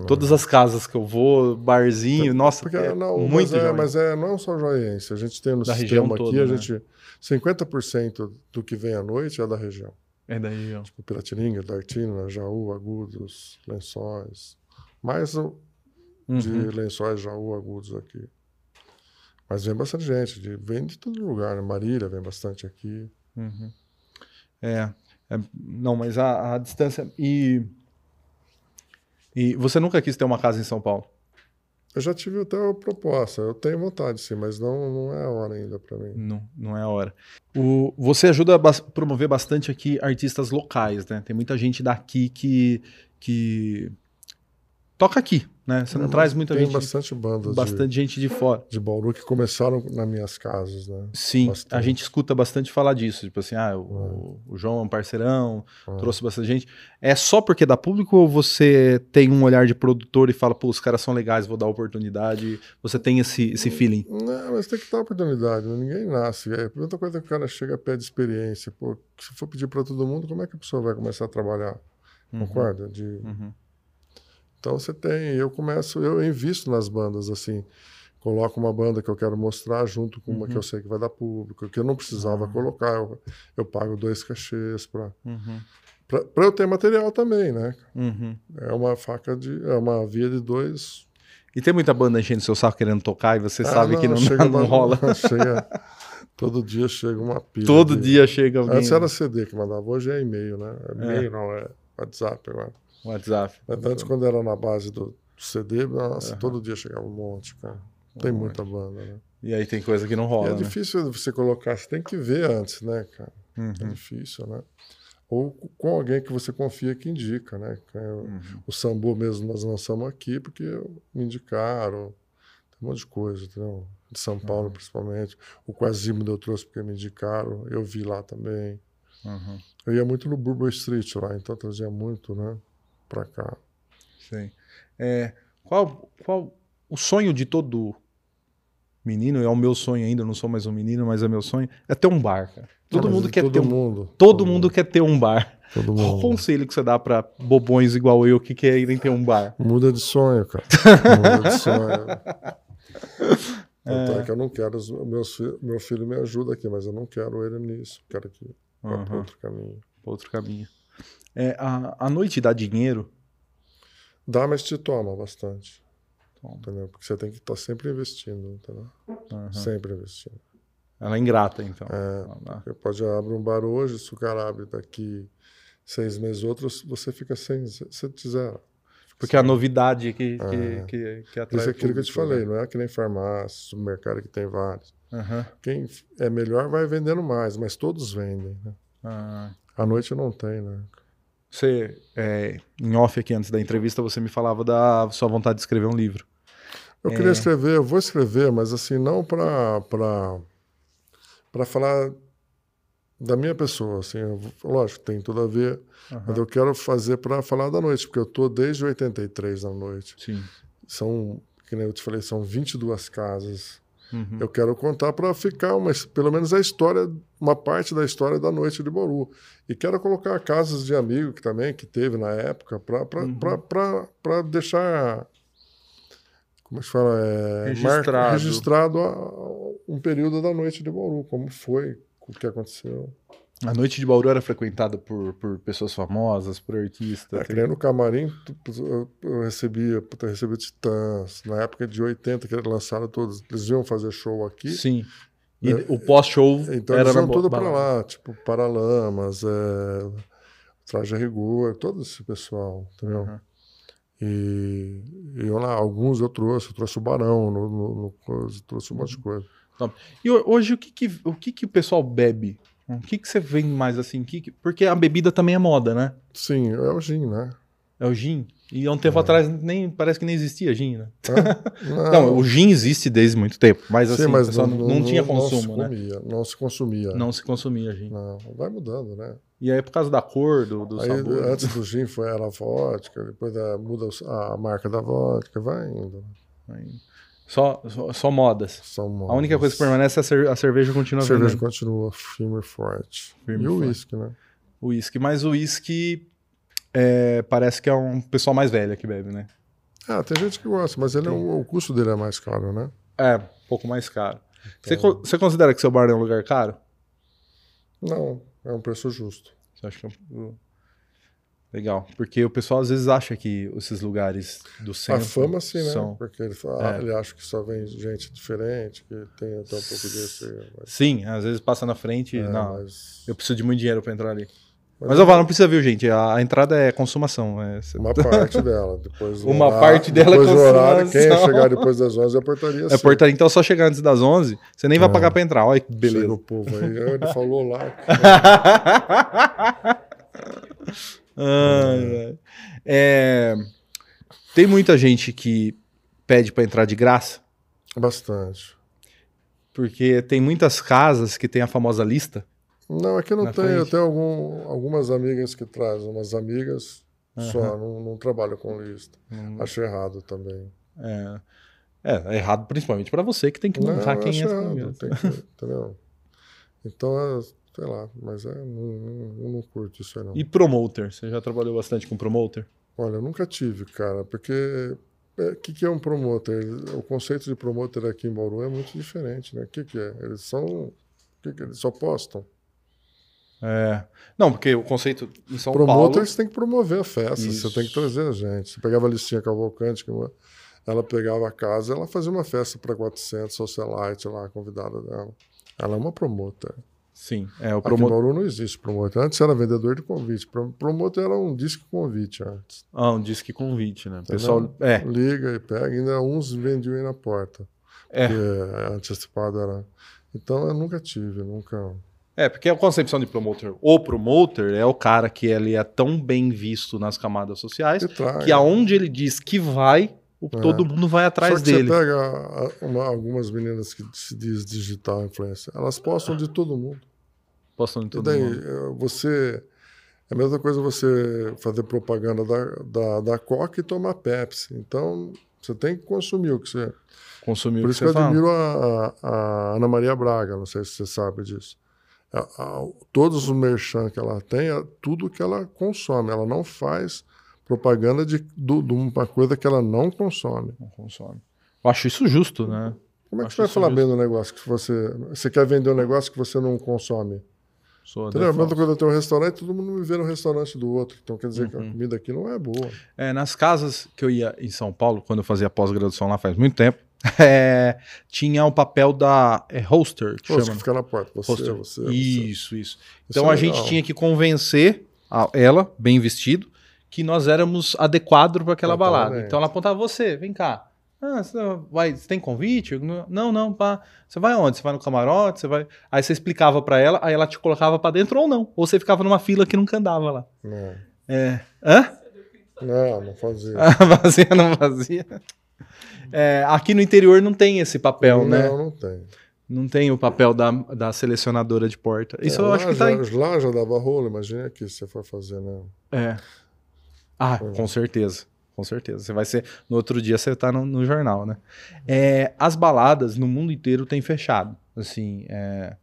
A: Todas as casas que eu vou, barzinho, nossa,
B: Porque,
A: é
B: não,
A: muito
B: mas, é,
A: jauense.
B: mas é, não é só joiense. A gente tem no
A: Da
B: sistema
A: região
B: aqui,
A: toda,
B: a
A: né?
B: gente, 50% do que vem à noite é da região.
A: É da região.
B: Tipo Piratininga, Dartina, Jaú, Agudos, Lençóis. Mais um de
A: Uhum.
B: Lençóis, Jaú, Agudos aqui. Mas vem bastante gente, de- vem de todo lugar. né? Marília vem bastante aqui.
A: Uhum. É, é, não, mas a, a distância e e você nunca quis ter uma casa em São Paulo?
B: Eu já tive até uma proposta, eu tenho vontade sim, mas não, não é a hora ainda para mim.
A: Não, não é a hora. O, você ajuda a bas- promover bastante aqui artistas locais, né? Tem muita gente daqui que que toca aqui, né? Você não traz muita
B: É, Tem
A: gente,
B: bastante bandas
A: bastante gente de fora.
B: de, de Bauru que começaram nas minhas casas, né?
A: Sim, a
B: Bastante.
A: gente escuta bastante falar disso, tipo assim, ah, o, o João é um parceirão,
B: Ah.
A: trouxe bastante gente. É só porque dá público ou você tem um olhar de produtor e fala, pô, os caras são legais, vou dar oportunidade? Você tem esse,
B: Hum.
A: esse feeling?
B: Não, mas tem que dar oportunidade, né? ninguém nasce. É a primeira coisa que o cara chega pede experiência. Pô, se for pedir para todo mundo, como é que a pessoa vai começar a trabalhar? Concorda? De-
A: Uhum.
B: Então você tem, eu começo, eu invisto nas bandas assim. Coloco uma banda que eu quero mostrar junto com uma que
A: Uhum.
B: eu sei que vai dar público, que eu não precisava
A: Ah.
B: colocar. Eu, eu pago dois cachês para
A: Uhum.
B: eu ter material também, né?
A: Uhum.
B: É uma faca de. É uma via de dois.
A: E tem muita banda enchendo seu saco querendo tocar e você
B: Ah,
A: sabe que não,
B: chega
A: não
B: uma-
A: rola.
B: chega- todo dia chega uma pilha.
A: Todo
B: de-
A: dia chega alguém
B: Antes era CD que mandava, hoje é e-mail, né? É e-mail não, é WhatsApp agora.
A: no WhatsApp.
B: Mas antes, quando era na base do CD, nossa, todo dia chegava um monte, cara. Tem muita banda, né?
A: E aí tem coisa que não
B: E
A: rola,
B: é
A: né?
B: difícil você colocar, você tem que ver antes, né, cara? É
A: Uhum.
B: difícil, né? Ou com alguém que você confia que indica, né?
A: Uhum.
B: O Sambu mesmo nós lançamos aqui porque me indicaram, tem um monte de coisa, entendeu? De São
A: Uhum.
B: Paulo, principalmente. O Quasimodo eu trouxe porque me indicaram, eu vi lá também.
A: Uhum.
B: Eu ia muito no Burbo Street lá, então eu trazia muito, né? Pra cá.
A: Sim. É, qual, qual o sonho de todo menino, é o meu sonho ainda, eu não sou mais um menino, mas é meu sonho, é ter um bar, cara. Todo
B: Mas
A: mundo quer
B: todo
A: ter um,
B: mundo.
A: todo mundo quer ter um bar. Qual
B: Todo
A: o
B: mundo.
A: conselho que você dá pra bobões igual eu que querem ter um bar?
B: Muda de sonho, cara. Muda de sonho. Tanto é que eu não quero. os- Meus, fi- meu filho me ajuda aqui, mas eu não quero ele nisso. Quero que vá pra
A: Uhum.
B: outro caminho.
A: Outro caminho. É, a, a noite dá dinheiro?
B: Dá, mas te toma bastante.
A: Toma.
B: Entendeu? Porque você tem que estar sempre investindo, entendeu?
A: Uhum.
B: Sempre investindo.
A: Ela é ingrata, então.
B: É,
A: Ela dá.
B: Você pode abrir um bar hoje, se o cara abre daqui seis meses outros, você fica sem. Você quiser.
A: Porque é a novidade que, que,
B: É.
A: que, que atrai
B: Isso é aquilo que eu
A: público,
B: te falei,
A: né?
B: não é que nem farmácia, supermercado que tem vários.
A: Aham.
B: Quem f- é melhor vai vendendo mais, mas todos vendem. Né?
A: Ah,
B: À noite não tem, né?
A: Você, é, em off aqui antes da entrevista, você me falava da sua vontade de escrever um livro.
B: Eu queria escrever, eu vou escrever, mas assim, não para pra, pra falar da minha pessoa, assim, eu vou- lógico, tem tudo a ver, mas eu quero fazer para falar da noite, porque eu tô desde 83 na noite.
A: Sim.
B: São, que nem eu te falei, são 22 casas.
A: Uhum.
B: Eu quero contar para ficar uma, pelo menos a história, uma parte da história da noite de Bauru. E quero colocar casas de amigo que também que teve na época para
A: Uhum.
B: para deixar como se fala é,
A: Registrado.
B: registrado a- a- um período da noite de Bauru, como foi, o que aconteceu.
A: A noite de Bauru era frequentada por, por pessoas famosas, por artistas.
B: É, que nem no camarim, tu- eu- eu recebia, puta, eu recebia Titãs, na época de 80 que eles lançaram todos, eles iam fazer show aqui.
A: Sim. E o pós-show
B: Então
A: era
B: eles
A: na
B: iam
A: bo-
B: tudo para
A: balada.
B: lá, tipo Paralamas, é, Traje a Rigor, todo esse pessoal, entendeu?
A: Uhum.
B: E e eu lá, alguns eu trouxe, eu trouxe o Barão, no, no, no coisa, trouxe um monte de coisa.
A: E ho- hoje o que que, o que que o pessoal bebe? O que que você vende mais assim? O que que- Porque a bebida também é moda, né?
B: Sim, é o gin, né?
A: É o gin. E há um
B: É.
A: tempo atrás nem parece que nem existia gin, né?
B: Não,
A: Não, o gin existe desde muito tempo, mas
B: Ah. sim,
A: assim, o pessoal não, não tinha consumo,
B: não
A: né?
B: se Comia, Não se consumia.
A: Não se consumia gin.
B: Não, vai mudando, né?
A: E aí é por causa da cor, do, do
B: Aí, é.
A: sabor. né?
B: antes do gin foi era vodka, depois da- muda os- a marca da vodka, vai indo.
A: Aí- Só, só, só modas.
B: São
A: A única coisa que permanece é a, cer- a cerveja continua
B: A cerveja
A: vendendo.
B: continua firme e forte.
A: Firme
B: e
A: e
B: o
A: forte.
B: uísque, né?
A: O uísque, mas o uísque é, parece que é um pessoal mais velho que bebe, né?
B: Ah, tem gente que gosta, mas ele é um- o custo dele é mais caro, né?
A: É, um pouco mais caro.
B: Então.
A: Você co- Você considera que seu bar é um lugar caro?
B: Não, é um preço justo.
A: Você acha que é um... Legal, porque o pessoal às vezes acha que esses lugares do centro
B: a fama, sim, né?
A: são...
B: Porque ele, fala,
A: É.
B: ele acha que só vem gente diferente, que tem até um pouco desse. Mas,
A: Sim, às vezes passa na frente,
B: é,
A: não,
B: mas,
A: eu preciso de muito dinheiro pra entrar ali.
B: Mas
A: Mas, eu falo, não precisa, viu, gente? A, a entrada é consumação. é- cê-
B: uma parte dela. Depois do
A: Uma parte dela é
B: depois do horário, quem
A: consumação.
B: chegar depois das 11 é a portaria.
A: É
B: sim.
A: portaria, então é só chegar antes das 11, você nem vai
B: É.
A: pagar pra entrar. Olha que
B: Chega
A: beleza.
B: o povo aí. Ele falou lá. que-
A: Ai, ai. É, tem muita gente que pede pra entrar de graça,
B: Bastante.
A: porque tem muitas casas que tem a famosa lista.
B: Não, aqui não
A: Na
B: tem. Eu
A: frente.
B: tenho algum- algumas amigas que trazem, umas amigas só, não, não trabalho com lista.
A: Hum.
B: Acho errado também.
A: É, é, é errado principalmente pra você que tem que montar
B: não,
A: quem é
B: acho
A: essa
B: errado,
A: conversa.
B: tem que, entendeu? Então, é, sei lá, mas é, não, não, eu não curto isso aí não.
A: E promoter, você já trabalhou bastante com promoter?
B: Olha, eu nunca tive, cara, porque o que, que é um promotor? Ele- O conceito de promotor aqui em Bauru é muito diferente, né? O que, que é? Eles são. Que que, eles só postam.
A: É. Não, porque o conceito em São
B: Promotor,
A: Paulo.
B: você tem que promover a festa,
A: Isso.
B: você tem que trazer a gente. Você pegava a listinha Cavalcante, que uma- ela pegava a casa, ela fazia uma festa para 400 socialite lá, a convidada dela. Ela é uma promotora.
A: Sim, é o
B: Aqui em
A: promotor.
B: Bauru não existe promotor. Antes era vendedor de convite. Pro- Promotor era um disco convite antes.
A: Ah, um disque convite, né? O pessoal.
B: Tá vendo?
A: É,
B: Liga e pega, ainda uns vendiam aí na porta.
A: É.
B: Porque antecipado era. Então eu nunca tive, nunca.
A: é, porque a concepção de promoter. O promoter é o cara que ele é tão bem visto nas camadas sociais
B: E traga.
A: que aonde ele diz que vai, o- todo mundo vai atrás
B: É. Só que
A: dele.
B: Você tá- pega a- uma- algumas meninas que se diz digital influencer, elas postam de todo mundo.
A: Postando em
B: E
A: todo
B: daí,
A: mundo.
B: eh, você. É a mesma coisa você fazer propaganda da, da, da Coca e tomar Pepsi. Então, você tem que consumir o que você.
A: Consumiu
B: Por
A: o
B: isso
A: que
B: que eu
A: você fala.
B: admiro a, a- a Ana Maria Braga, não sei se você sabe disso. A- a- todos os merchan que ela tem, é tudo que ela consome. Ela não faz propaganda de, do- de uma coisa que ela não consome.
A: Não consome. Eu acho isso justo, né?
B: Como é que
A: Acho
B: você vai
A: isso
B: falar
A: mesmo.
B: bem do negócio que você. Você quer vender um negócio que você não consome?
A: Sou
B: Entendeu? A
A: adepto.
B: mesma coisa, eu tenho um restaurante, todo mundo me vê no restaurante do outro. Então quer dizer que
A: Uhum.
B: a comida aqui não é boa.
A: É, nas casas que eu ia em São Paulo, quando eu fazia pós-graduação lá faz muito tempo, é, tinha o papel da é, hoster, que
B: Pô, você
A: chama.
B: fica na porta. Você,
A: Hoster.
B: você. você.
A: Isso, isso. Então
B: Isso é
A: a gente
B: legal.
A: tinha que convencer a- ela, bem vestido, que nós éramos adequados para aquela
B: Exatamente.
A: balada. Então ela apontava você, vem cá. Ah, você, vai, você tem convite? Eu, Não, não, pá. Você vai onde? Você vai no camarote? Você vai... Aí você explicava para ela, aí ela te colocava para dentro ou não. Ou você ficava numa fila que nunca andava lá.
B: Não,
A: É. Hã?
B: não, não fazia.
A: Ah, vazia, não vazia. É, aqui no interior não tem esse papel,
B: não,
A: né?
B: não tem.
A: Não tem o papel da, da selecionadora de porta. Isso
B: É,
A: eu
B: lá
A: acho que tá.
B: já,
A: em-
B: Lá já dava rolo, imagina aqui se você for fazer, né?
A: É. Ah, com certeza. Com com certeza. Você vai ser. No outro dia você tá no, no jornal, né? É, as baladas no mundo inteiro têm fechado. Assim, é,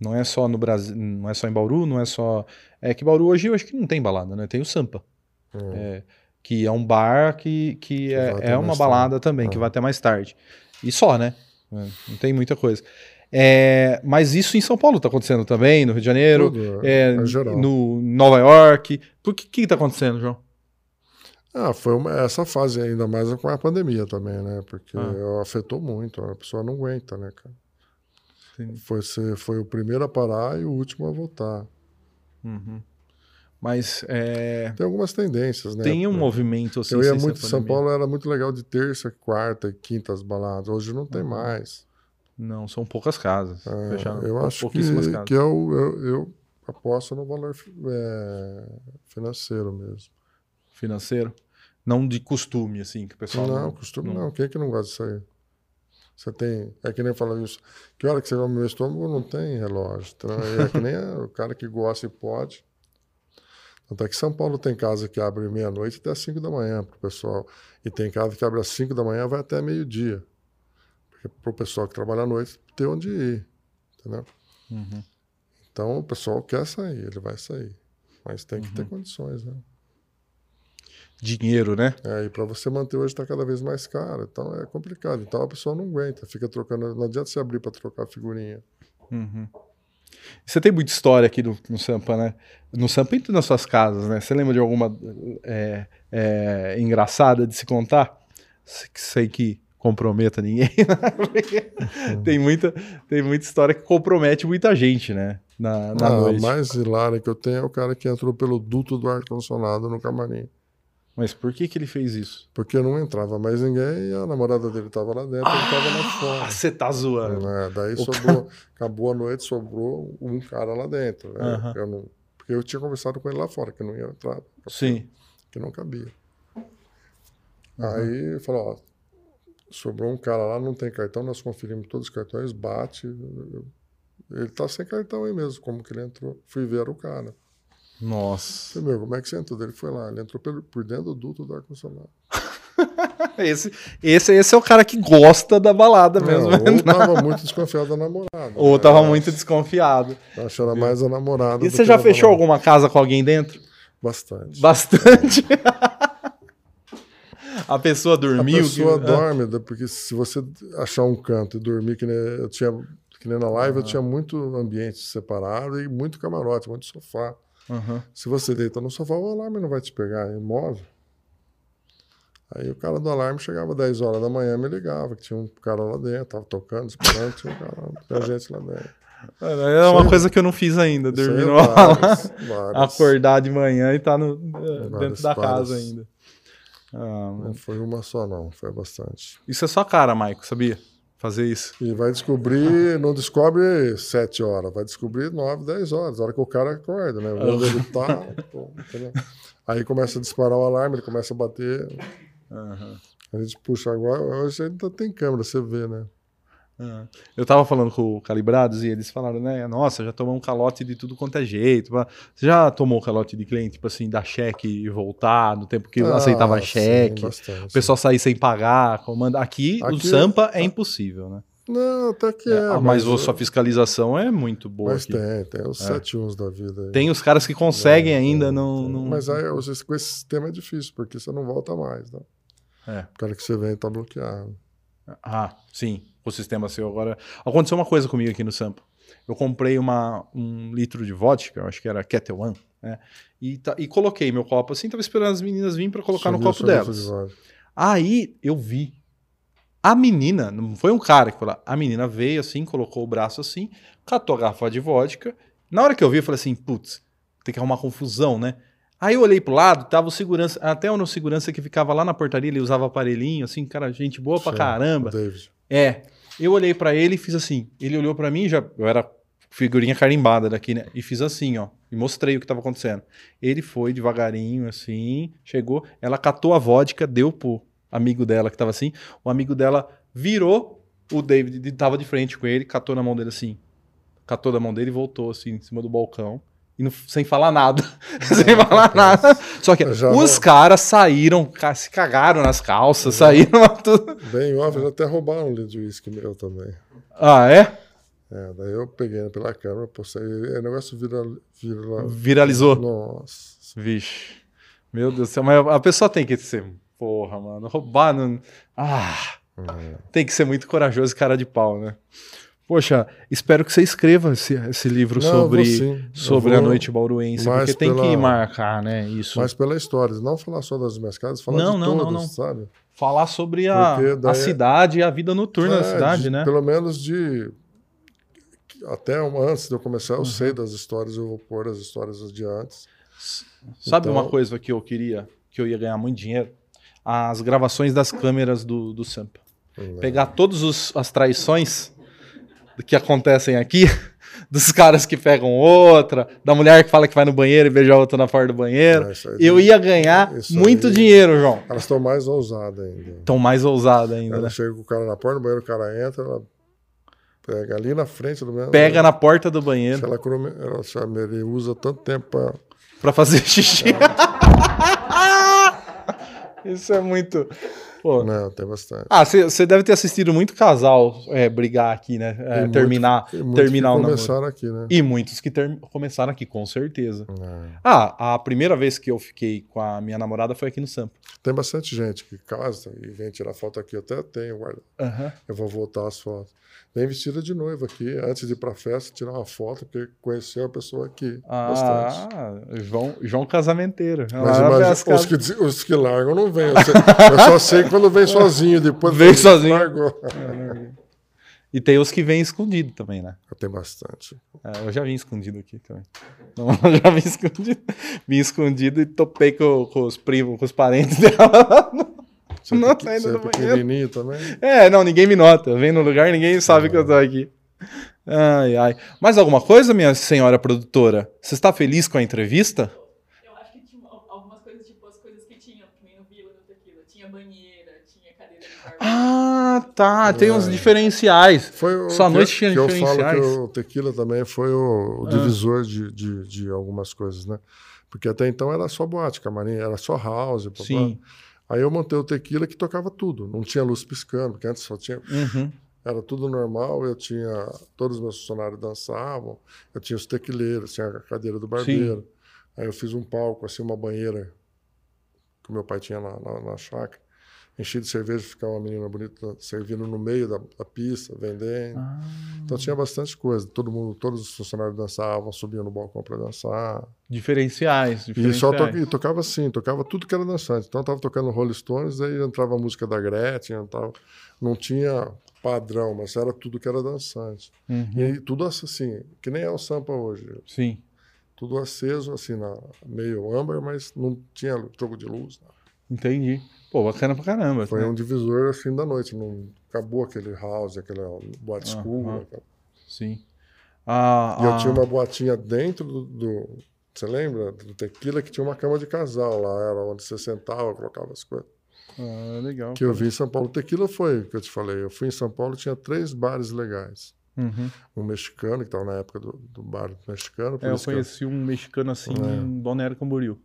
A: não é só no Brasil, não é só em Bauru, não é só. É que Bauru hoje eu acho que não tem balada, né? Tem o Sampa.
B: Hum.
A: é, que é um bar que, que, é,
B: vai até
A: é uma
B: mais
A: balada também, que vai até mais tarde. E só, né? É, Não tem muita coisa. É, mas isso em São Paulo tá acontecendo também, no Rio de Janeiro,
B: Tudo,
A: é,
B: é geral.
A: no Nova York. Por que que tá acontecendo, João?
B: Ah, foi uma- essa fase ainda mais com a pandemia também, né? Porque
A: Ah.
B: afetou muito, a pessoa não aguenta, né, cara?
A: Entendi.
B: Foi, ser, foi o primeiro a parar e o último a voltar.
A: Mas é,
B: Tem algumas tendências, né?
A: tem um
B: Por-
A: movimento assim.
B: Eu ia
A: sem ser
B: muito em São
A: pandemia.
B: Paulo, era muito legal de terça, quarta e quinta as baladas. Hoje não
A: Uhum.
B: tem mais.
A: Não, são poucas casas.
B: É,
A: fecharam.
B: eu acho que,
A: Tá pouquíssimas casas.
B: que eu, eu, eu aposto no valor fi- é, financeiro mesmo.
A: Financeiro. Não de costume, assim, que o pessoal.
B: não, costume não. Quem é que não gosta disso aí? Você tem. É que nem falar isso. Que hora que você vai no meu estômago não tem relógio. Então, é que nem é o cara que gosta e pode. Até que São Paulo tem casa que abre meia-noite até às 5 da manhã para o pessoal. E tem casa que abre às 5 da manhã vai até meio-dia. Porque para o pessoal que trabalha à noite ter onde ir. Entendeu?
A: Uhum.
B: Então o pessoal quer sair, ele vai sair. Mas tem que ter condições, né?
A: Dinheiro, né?
B: É, e para você manter hoje está cada vez mais caro, então é complicado. Então a pessoa não aguenta, fica trocando. Não adianta você abrir para trocar figurinha.
A: Uhum. Você tem muita história aqui no, no Sampa, né? No Sampa e nas suas casas, né? Você lembra de alguma é, é, engraçada de se contar? Se- que Sei que comprometa ninguém.
B: Uhum.
A: né? tem, muita, tem muita história que compromete muita gente, né? Na, na
B: Ah, a
A: noite. Mas...
B: mais hilária que eu tenho é o cara que entrou pelo duto do ar-condicionado no camarim.
A: por que, que ele fez isso?
B: Porque não entrava mais ninguém e a namorada dele estava lá dentro, ele estava lá
A: Ah,
B: fora.
A: você tá zoando.
B: Né? Daí
A: O
B: sobrou, acabou a noite, sobrou um cara lá dentro. né?
A: Aham.
B: Eu não- porque eu tinha conversado com ele lá fora, que não ia entrar.
A: Sim.
B: que não cabia. Aí falou, ó, sobrou um cara lá, não tem cartão, nós conferimos todos os cartões, bate. Ele tá sem cartão aí mesmo, como que ele entrou? Fui ver era o cara.
A: Nossa.
B: Falei, meu, como é que você entrou? Ele foi lá, ele entrou pelo- por dentro do duto do ar-condicionado.
A: Esse, esse, esse é o cara que gosta da balada mesmo. né?
B: Não, Ou tava muito desconfiado da namorada.
A: Ou
B: né?
A: tava muito desconfiado.
B: Achando mais a namorada.
A: E
B: do
A: você
B: que
A: já
B: da
A: fechou
B: namorada.
A: alguma casa com alguém dentro?
B: Bastante.
A: Bastante. a pessoa
B: A
A: dormiu.
B: pessoa
A: que- é.
B: dorme, né, porque se você achar um canto e dormir, que nem eu tinha, que nem na live, eu tinha muito ambiente separado e muito camarote, muito sofá.
A: Ah, aham.
B: Se você deita no sofá, o alarme não vai te pegar, é imóvel. Aí o cara do alarme chegava 10 horas da manhã e me ligava, que tinha um cara lá dentro, tava tocando, esperando, tinha um cara, tinha gente lá dentro.
A: É uma
B: Sim.
A: coisa que eu não fiz ainda,
B: Isso aí
A: dormir
B: é
A: numa
B: vários,
A: balada,
B: vários.
A: acordar de manhã e tá no, eh, dentro
B: Vários,
A: da
B: vários.
A: casa ainda. Ah, mano.
B: Não foi uma só, não, foi bastante.
A: isso é só cara, Maico, sabia? Fazer isso.
B: E vai descobrir, não descobre 7 horas, vai descobrir 9, 10 horas, a hora que o cara acorda, né? Onde ele tá, pô, entendeu? Aí começa a disparar o alarme, ele começa a bater.
A: Aham.
B: A gente puxa agora, hoje ainda tem câmera, você vê, né?
A: Ah, Eu tava falando com o Calibrados e eles falaram, né? Nossa, já tomamos calote de tudo quanto é jeito. blá. Você já tomou calote de cliente, tipo assim, dar cheque e voltar no tempo que
B: Ah,
A: aceitava
B: sim,
A: cheque?
B: bastante.
A: O pessoal sair sem pagar, comanda. Aqui, o
B: Aqui-
A: Sampa é impossível, né?
B: Não, até que
A: É,
B: é.
A: mas a sua fiscalização é muito boa.
B: Mas
A: aqui. É.
B: tem, tem os sete uns da vida. aí.
A: Tem os caras que conseguem
B: É,
A: ainda,
B: tem,
A: não.
B: tem.
A: não...
B: Mas aí, os- com esse sistema é difícil, porque você não volta mais. Né?
A: É.
B: O cara que você vem tá bloqueado.
A: Ah, sim. O sistema seu agora. Aconteceu uma coisa comigo aqui no Sampa. Eu comprei uma, um litro de vodka, eu acho que era Kettle One, né? E, ta- e coloquei meu copo assim, tava esperando as meninas virem pra colocar no
B: Subiu,
A: copo
B: subiu,
A: delas.
B: subiu, vai.
A: Aí eu vi. A menina, não foi um cara que foi lá. A menina veio assim, colocou o braço assim, catou a garrafa de vodka. Na hora que eu vi, eu falei assim: putz, tem que arrumar confusão, né? Aí eu olhei pro lado, tava o segurança, até o segurança que ficava lá na portaria, ele usava aparelhinho, assim, cara, gente boa pra
B: Sim,
A: caramba.
B: o David.
A: É. Eu olhei pra ele e fiz assim. Ele olhou pra mim, já eu era figurinha carimbada daqui, né? E fiz assim, ó. E mostrei o que tava acontecendo. Ele foi devagarinho, assim, chegou. Ela catou a vodka, deu pro amigo dela que tava assim. O amigo dela virou o David, de- tava de frente com ele, catou na mão dele assim. Catou da mão dele e voltou assim, em cima do balcão. E não- sem falar nada. sem falar nada. Só que
B: Eu já
A: os
B: vou- É.
A: caras saíram, ca- se cagaram nas calças, saíram tudo.
B: Bem óbvio, já até roubaram um litro de uísque meu também.
A: Ah, é?
B: É, daí eu peguei pela câmera, postei. É negócio vira, vira...
A: Viralizou.
B: Nossa.
A: Vixe. Meu Deus do céu. Mas a pessoa tem que ser. Porra, mano. Roubar. Não... Ah. Tem que ser muito corajoso e cara de pau, né? Poxa, espero que você escreva esse, esse livro
B: Não, eu vou
A: sobre,
B: sim. Eu
A: sobre a
B: vou
A: noite bauruense,
B: mais
A: porque tem que
B: pela-
A: marcar, né? Isso.
B: Mas pela história, não falar só das minhas casas, falar
A: Não,
B: de
A: não, não,
B: todas,
A: não.
B: sabe?
A: Falar sobre a,
B: Porque daí-
A: a cidade e a vida noturna
B: É,
A: da cidade,
B: de-
A: né?
B: Pelo menos de. Até uma- antes de eu começar,
A: Uhum.
B: eu sei das histórias, eu vou pôr as histórias de antes.
A: Sabe
B: Então-
A: uma coisa que eu queria, que eu ia ganhar muito dinheiro? As gravações das câmeras do, do Sampa.
B: Uhum.
A: Pegar todas as traições que acontecem aqui, dos caras que pegam outra, da mulher que fala que vai no banheiro e beija a outra na porta do banheiro.
B: Ah, isso aí-
A: eu ia ganhar
B: isso
A: muito
B: aí-
A: dinheiro, João.
B: Elas estão mais ousadas ainda.
A: Estão mais ousados ainda, né?
B: Ela chega com o cara na porta, no banheiro o cara entra, ela pega ali na frente do mesmo.
A: Pega na porta do
B: Se
A: banheiro
B: ela, come- ela se a Mary usa tanto tempo pra.
A: pra fazer xixi. Isso é muito. Pô,
B: Não, né, tem bastante.
A: Ah, você deve ter assistido muito casal é, brigar aqui, né? É,
B: muito-
A: terminar,
B: Tem muitos
A: terminar
B: que
A: o namoro.
B: começaram aqui, né?
A: E muitos que ter- começaram aqui, com certeza.
B: É.
A: Ah, a primeira vez que eu fiquei com a minha namorada foi aqui no Sampa.
B: Tem bastante gente que casa e vem tirar foto aqui. Eu até tenho, guarda. Eu vou voltar as fotos. Vem vestida de noiva aqui, antes de ir pra festa, tirar uma foto, porque conheceu a pessoa aqui. bastante.
A: Ah, João, João Casamenteiro.
B: Mas
A: Ah,
B: imagina,
A: as casas-
B: os, que, des- os que largam não vêm. Eu, sei- eu só sei quando vem sozinho, depois
A: Vem sozinho.
B: Largou.
A: E tem os que vêm escondido também, né?
B: Tem bastante.
A: É, eu já vim escondido aqui também. Não, eu já vim escondido. Vim escondido e topei com, com os primos, com os parentes dela.
B: Você
A: Não, tá
B: pequ-
A: saindo
B: você
A: do
B: é pequenininho também?
A: É, não, ninguém me nota. Eu venho no lugar, ninguém sabe que eu tô aqui. Ai, ai. Mais alguma coisa, minha senhora produtora? Você está feliz com a entrevista?
D: Eu acho que tinha al- algumas coisas, tipo as coisas que tinham, que nem no Vila, no Tequila. Tinha banheira, tinha cadeira de barbeiro.
A: Ah, tá. Tem uns
B: É.
A: diferenciais.
B: Foi o
A: Só a noite tinha
B: que eu falo que
A: diferenciais. Ah.
B: o tequila também foi o, o divisor de, de, de algumas coisas, né? Porque até então era só boate, camarim, era só house. blá, blá.
A: Sim.
B: Aí eu montei o tequila que tocava tudo. Não tinha luz piscando, porque antes só tinha
A: Uhum.
B: Era tudo normal, eu tinha. Todos os meus funcionários dançavam, eu tinha os tequileiros, tinha a cadeira do barbeiro. Aí eu fiz um palco, assim, uma banheira que o meu pai tinha na, na, na chácara. Enchi de cerveja, ficava uma menina bonita servindo no meio da, da pista, vendendo. Então tinha bastante coisa. Todo mundo, todos os funcionários dançavam, subiam no balcão para dançar.
A: Diferenciais,
B: E
A: diferenciais.
B: só to- e tocava assim, tocava tudo que era dançante. Então eu tava tocando Rolling Stones, aí entrava a música da Gretchen, entrava... não tinha padrão, mas era tudo que era dançante.
A: Uhum.
B: E tudo assim, que nem é o Sampa hoje.
A: Sim.
B: Tudo aceso, assim, na, meio âmbar, mas não tinha jogo de luz.
A: Entendi. Pô, bacana pra caramba.
B: Foi
A: né?
B: um divisor, assim, da noite. Não acabou aquele house, aquele boate
A: Ah,
B: school.
A: ah.
B: aquela-
A: Sim. Ah,
B: um- E eu
A: ah,
B: tinha uma boatinha dentro do, do- Você lembra? Do tequila, que tinha uma cama de casal lá. Era onde você sentava, colocava as coisas.
A: ah, legal.
B: que eu vi em São Paulo. Tequila foi o que eu te falei. Eu fui em São Paulo tinha três bares legais.
A: Uhum.
B: Um mexicano, que estava na época do, do bar mexicano. por
A: É, eu
B: isso que eu- É.
A: conheci um mexicano assim em Balneário Camboriú.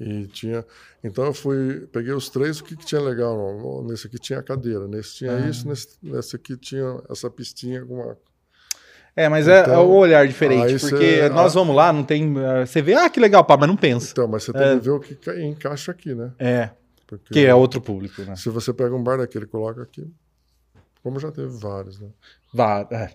B: E tinha. Então eu fui, peguei os três, o que, que tinha legal? No- Nesse aqui tinha cadeira, nesse tinha
A: Ah.
B: isso, nesse, nesse aqui tinha essa pistinha com uma.
A: É, mas é- é
B: Então,
A: um olhar diferente,
B: aí cê-
A: porque nós vamos lá, não tem. Você vê, ah, que legal, pá, mas não pensa.
B: Então, mas você tem que ver o que ca- encaixa aqui, né?
A: É,
B: Porque
A: que é outro público, né?
B: se você pega um bar daquele e coloca aqui. Como já teve vários, né?
A: Vá, é,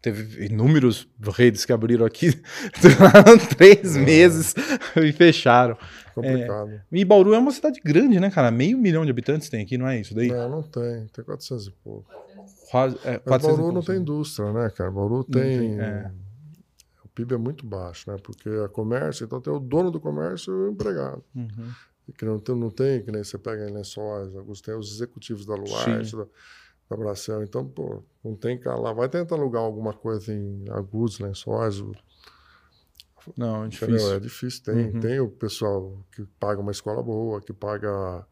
A: teve inúmeros redes que abriram aqui três
B: É.
A: meses e fecharam.
B: Complicado.
A: E Bauru é uma cidade grande, né, cara? Meio milhão de habitantes tem aqui, não é isso daí?
B: Não, não tem. Tem 400 e pouco.
A: Quase, é,
B: Mas
A: 400 e
B: Bauru não
A: poucos.
B: tem indústria, né, cara? Bauru tem.
A: tem, é.
B: O PIB é muito baixo, né? Porque é comércio, então tem o dono do comércio e o empregado.
A: Uhum.
B: E Que não tem, não tem, que nem você pega em lençóis, Augusto, tem os executivos da Luarte, da, da Bracel. Então, pô, não tem cara lá. Vai tentar alugar alguma coisa em Agudos, lençóis. o-
A: Não, é
B: entendeu?
A: difícil.
B: É difícil. Tem,
A: Uhum.
B: tem o pessoal que paga uma escola boa, que paga.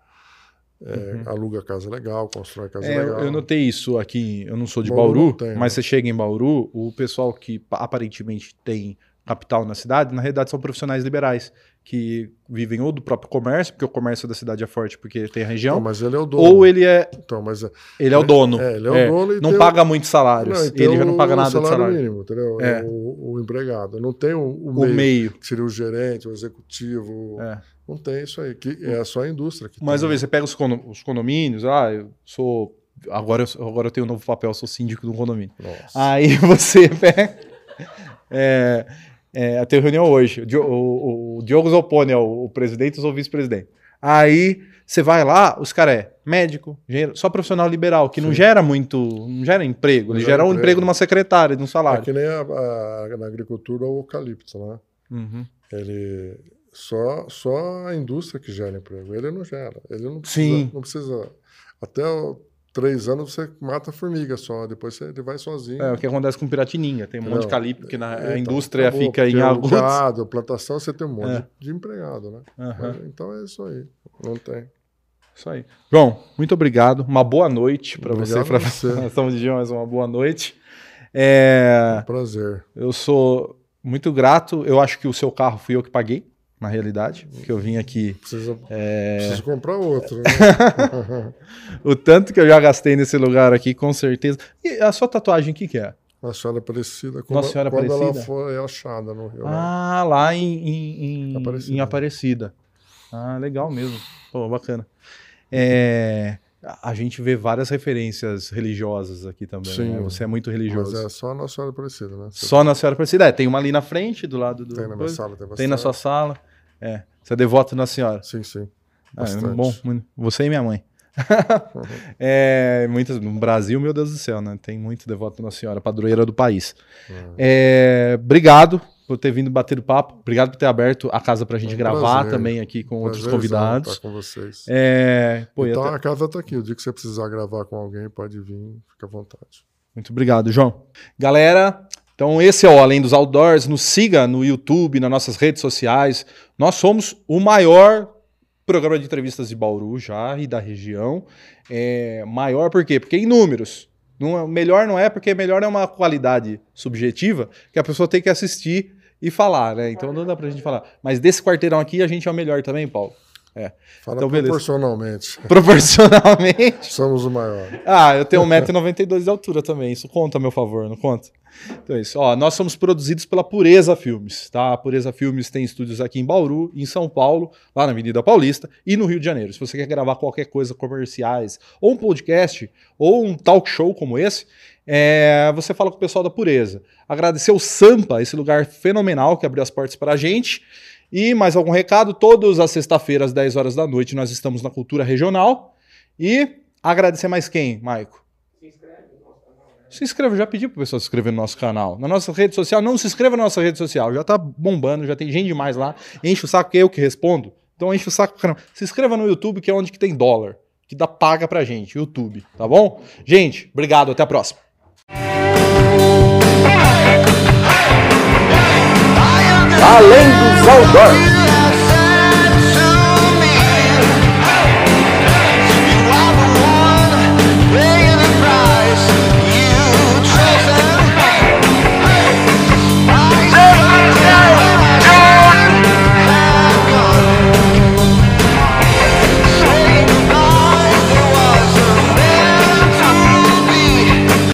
B: é, Aluga casa legal, constrói casa
A: Uhum. É, eu
B: legal.
A: eu notei isso aqui. Eu não sou de
B: Bauru
A: Bauru,
B: não tem,
A: mas
B: né?
A: você chega em Bauru, o pessoal que pa- aparentemente tem capital na cidade, na realidade são profissionais liberais que vivem ou do próprio comércio, porque o comércio da cidade é forte porque tem a região,
B: Então, mas ele é o dono.
A: ou ele é
B: Então, mas é-
A: ele é o dono.
B: É, ele é o dono e
A: não
B: tem o-
A: paga muitos salários.
B: não, e tem
A: ele já não paga
B: o
A: nada de salário.
B: mínimo, entendeu?
A: É.
B: O, o empregado. Não tem o, o
A: O
B: meio,
A: meio.
B: que seria o gerente, o executivo.
A: É.
B: Não tem isso aí. Que é só a indústria. Que
A: Mas
B: tem.
A: uma vez, você pega os, cono- os condomínios, ah, eu sou. Agora eu, agora eu tenho um novo papel, eu sou síndico de um condomínio.
B: né? Nossa. É
A: Aí você pega. É, é, eu tenho reunião hoje. O, Di- o- o Diogo Zoponi é o, o presidente, eu sou o vice-presidente. Aí você vai lá, os caras é médico, engenheiro, só profissional liberal, que não
B: Sim.
A: gera muito, não gera emprego,
B: Não
A: ele
B: gera
A: gera um
B: emprego.
A: emprego numa secretária, num
B: É
A: salário.
B: que nem a- a- na agricultura o eucalipto, né?
A: Uhum.
B: Ele só só a indústria que gera emprego. Ele não gera. Ele não precisa.
A: Sim.
B: Não precisa. Até o- três anos você mata a formiga só. Depois você, ele vai sozinho.
A: É o que acontece com Piratininga, tem um monte de
B: Não.
A: calipto que na a
B: Então,
A: indústria
B: acabou,
A: fica em
B: porque o
A: agudos.
B: gado, plantação, você tem um monte
A: É.
B: de- de empregado, né?
A: Aham.
B: Mas, então é isso aí. Não tem.
A: Isso aí. João, muito obrigado. Uma boa noite para você.
B: Obrigado
A: Pra...
B: a você.
A: Nós estamos de João, mas uma boa noite. É,
B: Prazer.
A: eu sou muito grato. Eu acho que o seu carro fui eu que paguei, na realidade, porque eu vim aqui.
B: Precisa,
A: É.
B: preciso comprar outro. Né?
A: O tanto que eu já gastei nesse lugar aqui, com certeza. E a sua tatuagem, o que, que é?
B: Nossa Senhora Aparecida. Quando,
A: Nossa Senhora
B: quando
A: Aparecida?
B: ela foi é achada no Rio. né?
A: Ah, lá em, em, em-
B: Aparecida.
A: em Aparecida. Ah, legal mesmo. Pô, bacana. É, a- A gente vê várias referências religiosas aqui também.
B: Sim.
A: né? Você é muito
B: Mas
A: religioso.
B: é só a Nossa Senhora Aparecida, né? Você
A: Só na Senhora Aparecida. É, tem uma ali na frente, do lado do.
B: tem na minha
A: coisa.
B: sala, tem bastante.
A: Tem na sua sala. É. Você é devoto na Senhora.
B: Sim, sim.
A: Ah,
B: Bastante.
A: bom, muito- você e minha mãe. É, muitas, no Brasil, meu Deus do céu, né? Tem muito devoto na Senhora, padroeira do país. É, obrigado por ter vindo bater o papo. Obrigado por ter aberto a casa pra gente
B: Um
A: gravar
B: prazer.
A: também aqui com outros
B: Prazerzão
A: convidados.
B: Estar com vocês.
A: É, pô, e
B: então
A: até-
B: a casa tá aqui. O dia que você precisar gravar com alguém, pode vir, fica à vontade.
A: Muito obrigado, João. Galera, então esse é o Além dos Outdoors. Nos siga no YouTube, nas nossas redes sociais. Nós somos o maior programa de entrevistas de Bauru já e da região. É, maior por quê? Porque em números. Não é- melhor não é, porque melhor é uma qualidade subjetiva que a pessoa tem que assistir e falar, né? Então não dá pra gente falar. Mas desse quarteirão aqui a gente é o melhor também, Paulo.
B: Fala
A: Então, beleza.
B: proporcionalmente.
A: Proporcionalmente.
B: Somos o maior.
A: Ah, eu tenho 1,92m de altura também. Isso conta a meu favor, não conta? Então é isso. Ó, nós somos produzidos pela Pureza Filmes, tá? A Pureza Filmes tem estúdios aqui em Bauru, em São Paulo, lá na Avenida Paulista e no Rio de Janeiro. Se você quer gravar qualquer coisa, comerciais, ou um podcast, ou um talk show como esse, é, você fala com o pessoal da Pureza. Agradecer o Sampa, esse lugar fenomenal que abriu as portas pra gente. E mais algum recado? Todas as sextas-feiras, 10 horas da noite, nós estamos na Cultura Regional. E agradecer mais quem, Maico? Se inscreva, já pedi pro pessoal se inscrever no nosso canal. Na nossa rede social, não se inscreva na nossa rede social. Já tá bombando, já tem gente demais lá. Enche o saco, que é eu que respondo. Então enche o saco pra caramba. Se inscreva no YouTube, que é onde que tem dólar. Que dá paga pra gente, YouTube, tá bom? Gente, obrigado, até a próxima.
C: Além dos outdoors.